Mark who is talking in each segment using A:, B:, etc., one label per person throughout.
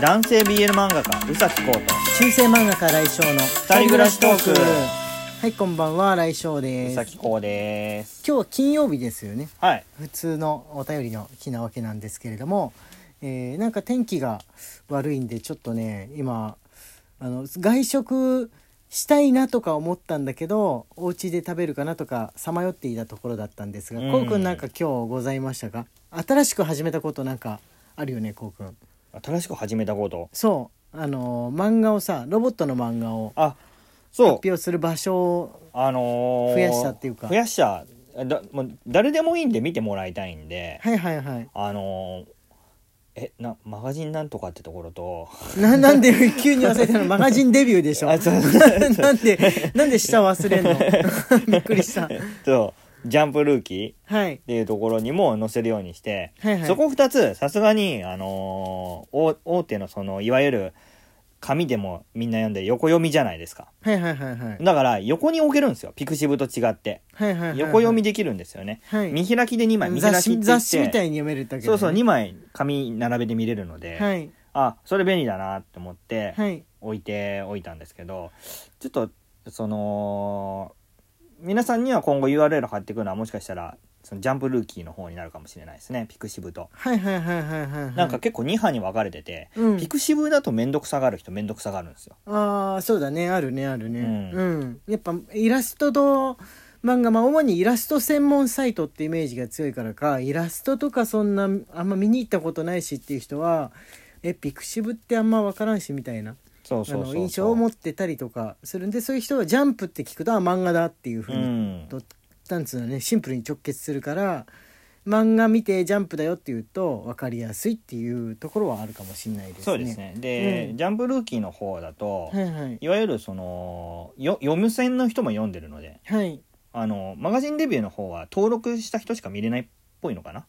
A: 男性 BL 漫画家宇崎浩と
B: 中世漫画家来翔の
A: 二人暮らしトーク
B: はいこんばんは来翔
A: 宇
B: です今
A: 崎浩です
B: 日は金曜日ですよね
A: はい
B: 普通のお便りの日なわけなんですけれども、えーなんか天気が悪いんでちょっとね今あの外食したいなとか思ったんだけどお家で食べるかなとかさまよっていたところだったんですが、
A: うん
B: こうくんなんか今日ございましたか新しく始めたことなんかあるよねこうくん
A: 新しく始めたこと
B: そうあのー漫画をさロボットの漫画を
A: あ
B: 発
A: そう
B: 表する場所を
A: あのー
B: 増やしたっていうか
A: 増やしただもう誰でもいいんで見てもらいたいんで、
B: はいはいはい
A: あのーえなマガジンなんとかってところと
B: ななんで 急に忘れたのマガジンデビューでしょ
A: あそう
B: なんでなんで下忘れんの びっくりした、
A: そうジャンプルーキーっ
B: はい、
A: ていうところにも載せるようにして、
B: はいはい
A: そこ2つさすがに、あのー大大手のそのいわゆる紙でもみんな読んでる横読みじゃないですか
B: はいはいはいはい
A: だから横に置けるんですよピクシブと違って
B: はいはいはい
A: 横読みできるんですよね、
B: はい
A: 見開きで2枚見開き
B: 雑
A: って言っ
B: 誌
A: て
B: 雑誌みたいに読めるだけ、ね、
A: そうそう2枚紙並べて見れるので、
B: はい
A: あそれ便利だなって思って
B: はい
A: 置いておいたんですけどちょっとその皆さんには今後 URL 貼ってくるのはもしかしたらそのジャンプルーキーの方になるかもしれないですねピクシブと。
B: はいはいはいはいはいはい
A: なんか結構2派に分かれてて、
B: うん
A: ピクシブだと面倒くさがる人面倒くさがるんですよ。
B: ああそうだねあるねあるね
A: う
B: うん、やっぱイラストと漫画まあ主にイラスト専門サイトってイメージが強いからかイラストとかそんなあんま見に行ったことないしっていう人はえピクシブってあんま分からんしみたいな
A: そうそうそうそ
B: あ
A: う
B: の印象を持ってたりとかするんでそういう人はジャンプって聞くとあ漫画だっていうふう
A: う
B: に、
A: ん
B: となんつうのねシンプルに直結するから漫画見てジャンプだよっていうと分かりやすいっていうところはあるかもしれないですね。
A: そうですねで、
B: うん
A: ジャンプルーキーの方だと、
B: はいはい
A: いわゆるそのよ読む線の人も読んでるので
B: はい
A: あのマガジンデビューの方は登録した人しか見れないっぽいのかな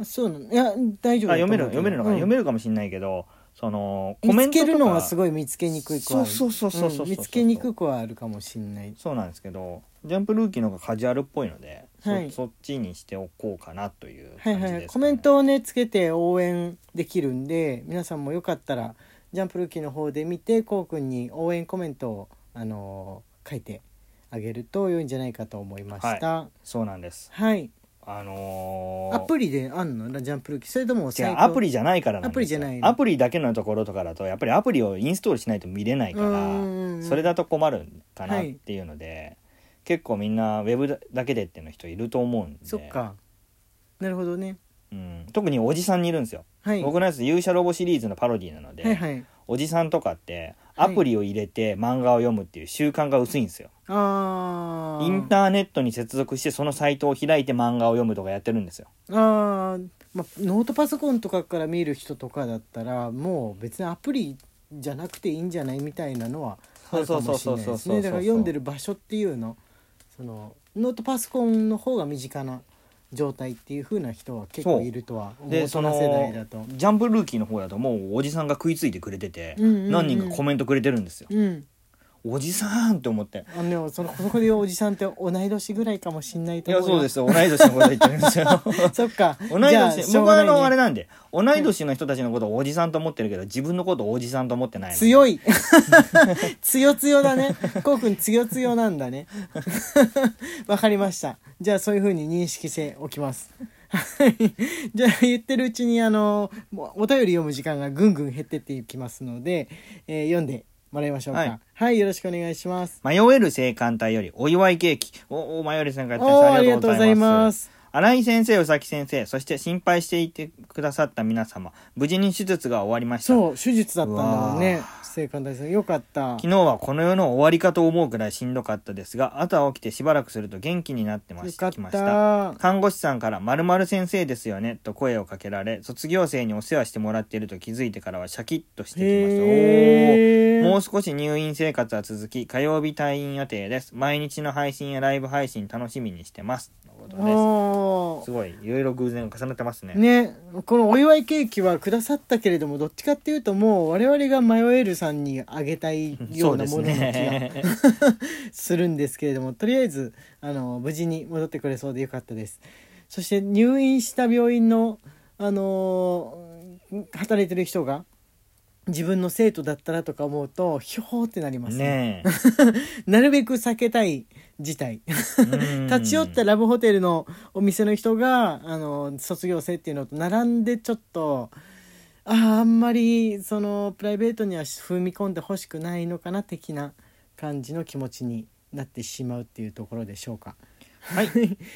B: あそうなのいや大丈夫
A: あ
B: だ
A: 読め
B: と思うけ
A: る
B: ど
A: 読めるのかな、
B: うん
A: 読めるかもしれないけどそのコメ
B: 見
A: ント
B: つ
A: とか
B: けるのはすごい見つけにくい子はある
A: そうそうそうそうそうそう
B: うん見つけにくくはあるかもしれない
A: そうなんですけどジャンプルーキーの方がカジュアルっぽいので、
B: はい
A: そそっちにしておこうかなという
B: は
A: 感
B: い
A: じです、
B: は
A: ね
B: いコメントをねつけて応援できるんで皆さんもよかったらジャンプルーキーの方で見てこうくんに応援コメントを、あのー書いてあげると良いんじゃないかと思いました
A: そうなんです
B: はい、
A: あのー
B: アプリであんのジャンプルーキーそれとも
A: 違
B: サイ
A: う
B: ト
A: アプリじゃないからなんですよ
B: アプリじゃないの
A: アプリだけのところとかだとやっぱりアプリをインストールしないと見れないか
B: うん
A: ら
B: うんうん
A: それだと困るかな
B: は
A: っ
B: い
A: ていうので、結構みんなウェブだけでっていうの人いると思うんで
B: そっかなるほどね
A: うん、特におじさんにいるんですよ、
B: はいは
A: 僕のやつ勇者ロボシリーズのパロディなので、
B: いはい
A: おじさんとかってア
B: はい
A: プリを入れて漫画を読むっていう習慣が薄いんですよ、
B: あー
A: インターネットに接続してそのサイトを開いて漫画を読むとかやってるんですよ
B: あー、まあノートパソコンとかから見る人とかだったらもう別にアプリじゃなくていいんじゃないみたいなのはあるかもしれない
A: そうそうそうそうそ
B: で
A: う
B: す
A: そう
B: ねだから読んでる場所っていうのそのノートパソコンの方が身近な状態っていう風な人は結構いるとは思う
A: で
B: 大
A: そ
B: 人
A: の
B: 世代だと。
A: ジャンプルーキーの方だともうおじさんが食いついてくれてて、
B: うんうんうん
A: 何人かコメントくれてるんですよ、
B: うん、
A: おじさんって思って
B: あのねそのそこでおじさんって同い年ぐらいかもしんない
A: い
B: と
A: や
B: 思う
A: そうですよ同い年のこと言ってるんですよ
B: そっか
A: 同い
B: じゃあ
A: 年
B: しょう
A: 僕は
B: が
A: あの
B: な
A: あ
B: い
A: れ
B: ね
A: なんで同い年の人たちのことをおじさんと思ってるけど自分のことをおじさんと思ってないの
B: 強い 強強だねこうくん強強なんだね わかりましたじゃあそういうふうに認識しておきます はいじゃあ言ってるうちにあのもうお便り読む時間がぐんぐん減ってっていきますので、えー読んでもらいましょうか
A: は
B: はいい、よろしくお願いします
A: 迷える生官隊よりお祝いケーキおお迷える生官隊
B: お
A: さん
B: ー
A: ありがとうございます
B: あ
A: 新井先生宇崎先生そして心配していてくださった皆様無事に手術が終わりました
B: そう手術だったんだもん
A: う
B: ね
A: わ
B: 生官大さんよかった
A: 昨日はこの世の終わりかと思うくらいしんどかったですが朝起きてしばらくすると元気になってま
B: よ
A: し
B: かった
A: きました看護師さんから「まる先生ですよね」と声をかけられ卒業生にお世話してもらっていると気づいてからはシャキッとしてきましたおー
B: へー
A: もう少し入院生活は続き火曜日退院予定です毎日の配信やライブ配信楽しみにしてますとのことで
B: おー
A: すすごいいろいろ偶然が重なってますね
B: ねこのお祝いケーキはくださったけれどもどっちかっていうともう我々が迷えるさんにあげたいよ
A: そう
B: うな
A: で
B: も
A: す
B: のな気が
A: ね
B: するんですけれども、とりあえずあの無事に戻ってくれそうでよかったですそして入院した病院の、あのー働いてる人が自分の生徒だったらとか思うとひょーってなりますね
A: ね
B: なるべく避けたい事態
A: えうん
B: 立ち寄ったラブホテルのお店の人があの卒業生っていうのと並んでちょっとあーあんまりそのプライベートには踏み込んでほしくないのかな的な感じの気持ちになってしまうっていうところでしょうか。
A: はい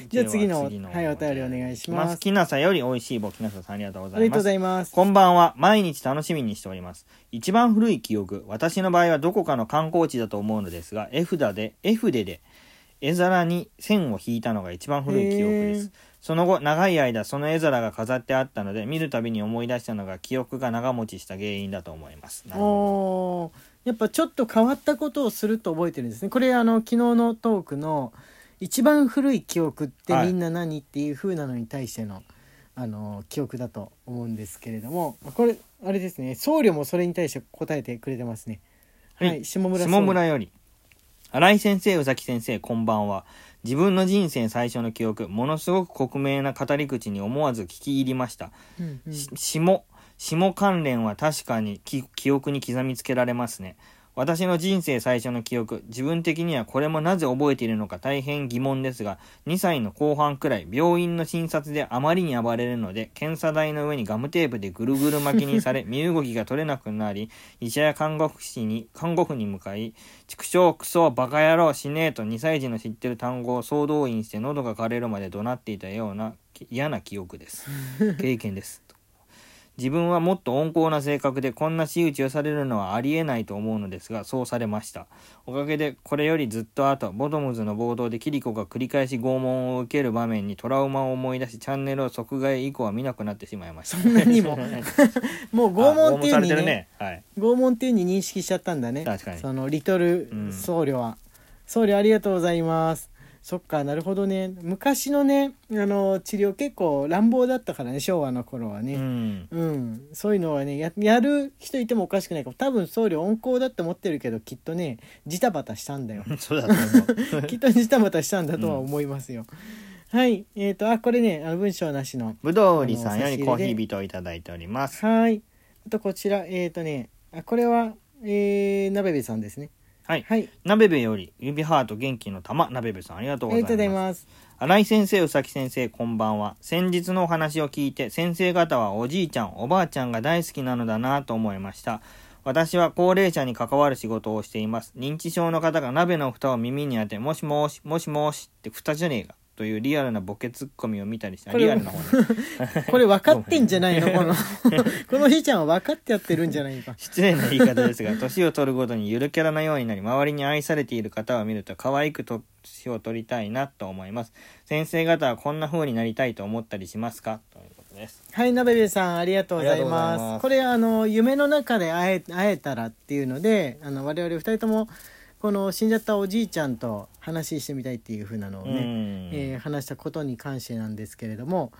B: じ
A: で
B: ゃあ
A: は
B: 次の
A: 次の
B: はい、お便りお願いします。
A: きなさより美味しい棒きなささんありがとうご
B: あ
A: ざ
B: り
A: い
B: が
A: ま
B: とうご
A: す
B: ざいます。
A: こんばんは。毎日楽しみにしております。一番古い記憶、私の場合はどこかの観光地だと思うのですが、絵札で、絵筆で、絵皿に線を引いたのが一番古い記憶で
B: へー
A: す。その後、長い間、その絵皿が飾ってあったので、見るたびに思い出したのが、記憶が長持ちした原因だと思います。なるほ
B: おーやっぱちょっと変わったことをすると覚えてるんですねこれあの昨日のトークの一番古い記憶って
A: はい
B: みんな何っていう風なのに対しての,、あの記憶だと思うんですけれどもこれあれですね僧侶もそれに対して答えてくれてますねはい、
A: はい
B: 下
A: ど。
B: 村僧
A: 下
B: 侶
A: 村より。新井先生、宇崎先生、こんばんは。自分の人生最初の記憶、ものすごく克明な語り口に思わず聞き入りました。
B: うんうん
A: し霜霜関連は確かにき記憶に刻みつけられますね私の人生最初の記憶自分的にはこれもなぜ覚えているのか大変疑問ですが2歳の後半くらい病院の診察であまりに暴れるので検査台の上にガムテープでぐるぐる巻きにさ れ身動きが取れなくなり医者や看護婦士に看護婦に向かい「畜生クソバカ野郎死ねえ」と2歳児の知ってる単語を総動員して喉が枯れるまで怒鳴っていたようなき嫌な記憶です 経験です自分はもっと温厚な性格でこんな仕打ちをされるのはありえないと思うのですがそうされましたおかげでこれよりずっと後ボトムズの暴動でキリコが繰り返し拷問を受ける場面にトラウマを思い出しチャンネルを即買い以降は見なくなってしまいましたそん
B: なに ももう拷問っていう
A: され
B: に
A: てる
B: ね
A: ねはい
B: 拷問っていうに認識しちゃったんだね
A: 確かに
B: そのリト
A: う
B: ル
A: ん
B: 僧侶は、僧侶ありがとうございますそっかなるほどね昔のねあの治療結構乱暴だったからね昭和の頃は
A: う
B: ね
A: ん
B: うん、そういうのはねややる人いてもおかしくないかも多分僧侶温厚だって思ってるけどきっとねジタバタしたん だよ
A: そうだと思う
B: きっとジタバタしたんだとは思いますよ、はいえっ、とあこれねあの文章なしの
A: ぶどうりさんよりコーヒー人をいただいております
B: はいあとこちらえっ、とねあこれはえー、なべべさんですね
A: はい
B: はい
A: なべべより指ハート元気の玉なべべさんありがとう
B: あ
A: ご
B: り
A: ざ
B: がとうござ
A: い
B: い
A: ます
B: ます。
A: 新井先生、宇崎先生、こんばんは。先日のお話を聞いて、先生方はおじいちゃん、おばあちゃんが大好きなのだなと思いました。私は高齢者に関わる仕事をしています。認知症の方が鍋の蓋を耳に当て、もしもし、もしもしって蓋じゃねえか。というリアルなボケツッコミを見たりして、あ
B: これ
A: リアルな方ね。
B: これ分かってんじゃない のこの このひーちゃんは分かってやってるんじゃないか。
A: 失礼な言い方ですが、 年を取るごとにゆるキャラのようになり、周りに愛されている方を見ると可愛く年を取りたいなと思います。先生方はこんな風になりたいと思ったりしますかということです。
B: はい、なべべさんありがとうござい
A: あ
B: ま
A: りがとうご
B: す。
A: ざいます
B: これあの夢の中で会え会えたらっていうので、あの我々二人ともこの死んじゃったおじいちゃんと話してみたいっていう風なのをね、えー話したことに関してなんですけれども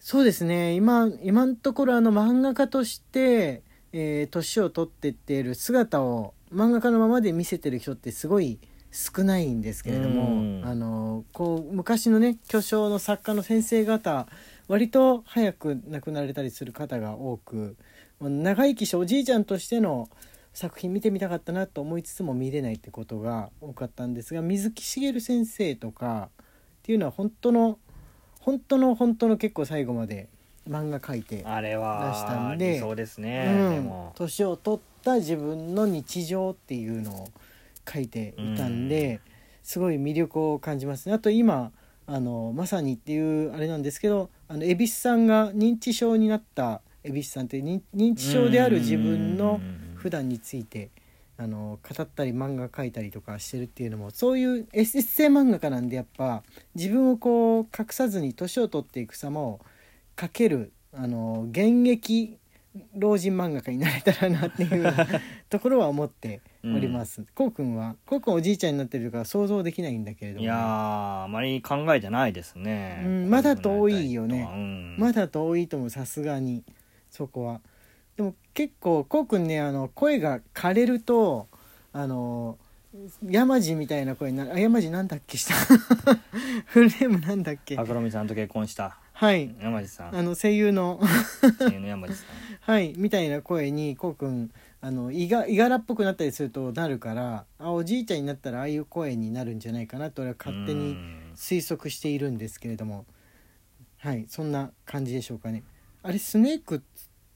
B: そうですね今今のところあの漫画家としてえー年、を取ってっている姿を漫画家のままで見せてる人ってすごい少ないんですけれども
A: うん
B: あのこう昔のね巨匠の作家の先生方割と早く亡くなられたりする方が多く長生きしたおじいちゃんとしての作品見てみたかったなと思いつつも見れないってことが多かったんですが水木しげる先生とかっていうのは本当の本当の本当の結構最後まで漫画描いて、
A: あれ
B: 出した
A: は
B: んで
A: 理想ですね、で
B: うん
A: も、
B: 年を取った自分の日常っていうのを書いていたんで、すごい魅力を感じますね。あと今あのまさにっていうあれなんですけどあの恵比寿さんが認知症になった恵比寿さんって認認知症である自分の普段についてあの語ったり漫画描いたりとかしてるっていうのもそういうエッエッセイ漫画家なんでやっぱ自分をこう隠さずに年を取っていく様を描けるあの現役老人漫画家になれたらなっていう ところは思っております。こうくんはこうくんおじいちゃんになってるから想像できないんだけれども、
A: いやーあまり考えてないですね、
B: うんまだ遠いよね
A: うん
B: まだ遠いともさすがにそこはでも結構こうくんねあの声が枯れるとあの山路みたいな声になるあ山路なんだっけした フレームなんだっけ
A: あくろみさんと結婚した
B: はい
A: 山地 さん
B: あの声優の
A: 声優の山地さん
B: はいみたいな声にこうくんあのいがいがらっぽくなったりするとなるからあおじいちゃんになったらああいう声になるんじゃないかなと俺は勝手
A: う
B: に
A: ん
B: 推測しているんですけれどもはいそんな感じでしょうかねあれスネークっ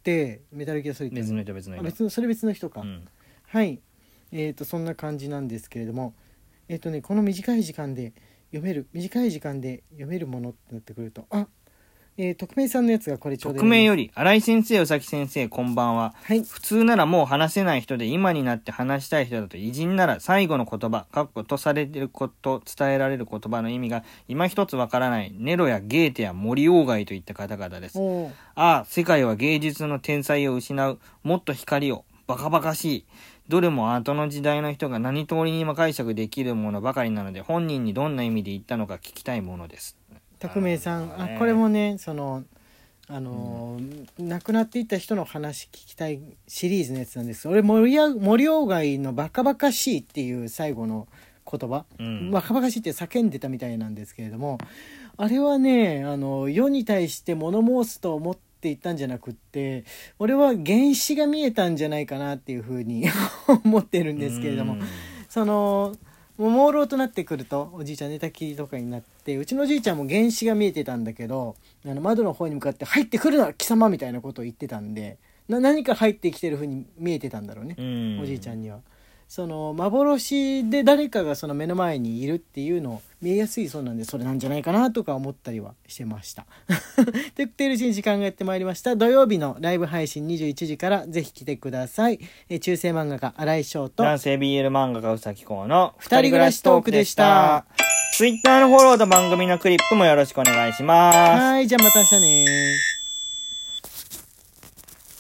B: てメタルギアソリッド
A: 別の人別の
B: あ
A: 人
B: 別のそれ別の人か、
A: うん
B: はいえー、とそんな感じなんですけれどもえっ、とねこの短い時間で読める短い時間で読めるものってなってくるとあえー、匿名さんのやつがこれちょうど
A: 匿名よ
B: り
A: り新井先生宇崎先生こんばんは
B: はい
A: 普通ならもう話せない人で今になって話したい人だと偉人なら最後の言葉かっことされてること伝えられる言葉の意味が今一つわからないネロやゲーテや森鴎外といった方々です
B: おー
A: ああ世界は芸術の天才を失うもっと光をバカバカしいどれも後の時代の人が何通りにも解釈できるものばかりなので本人にどんな意味で言ったのか聞きたいものです
B: 匿名さん
A: なるほど
B: あ、
A: ね
B: これもねそのあのー、亡くなっていった人の話聞きたいシリーズのやつなんです俺森や森鴎外の「バカバカしい」っていう最後の言葉
A: うん
B: バカバカしいって叫んでたみたいなんですけれどもあれはねあの世に対して物申すと思っていったんじゃなくって俺は原始が見えたんじゃないかなっていうふうに 思ってるんですけれども
A: うん
B: そのもう朦朧となってくるとおじいちゃん寝たきりとかになってうちのおじいちゃんも原始が見えてたんだけどあの窓の方に向かって「入ってくるな貴様」みたいなことを言ってたんでな何か入ってきてるふうに見えてたんだろうね。
A: うん
B: おじいちゃんには。その幻で誰かがその目の前にいるっていうのを見えやすいそうなんでそれなんじゃないかなとか思ったりはしてました。 でテール時間がやってまいりました土曜日のライブ配信21時からぜひ来てください。えー中世漫画家新井翔と
A: 男性 BL 漫画家うさきこうの
B: 二人暮らしトークでした。
A: Twitter のフォローと番組のクリップもよろしくお願いします。
B: はいじゃあまた明日ね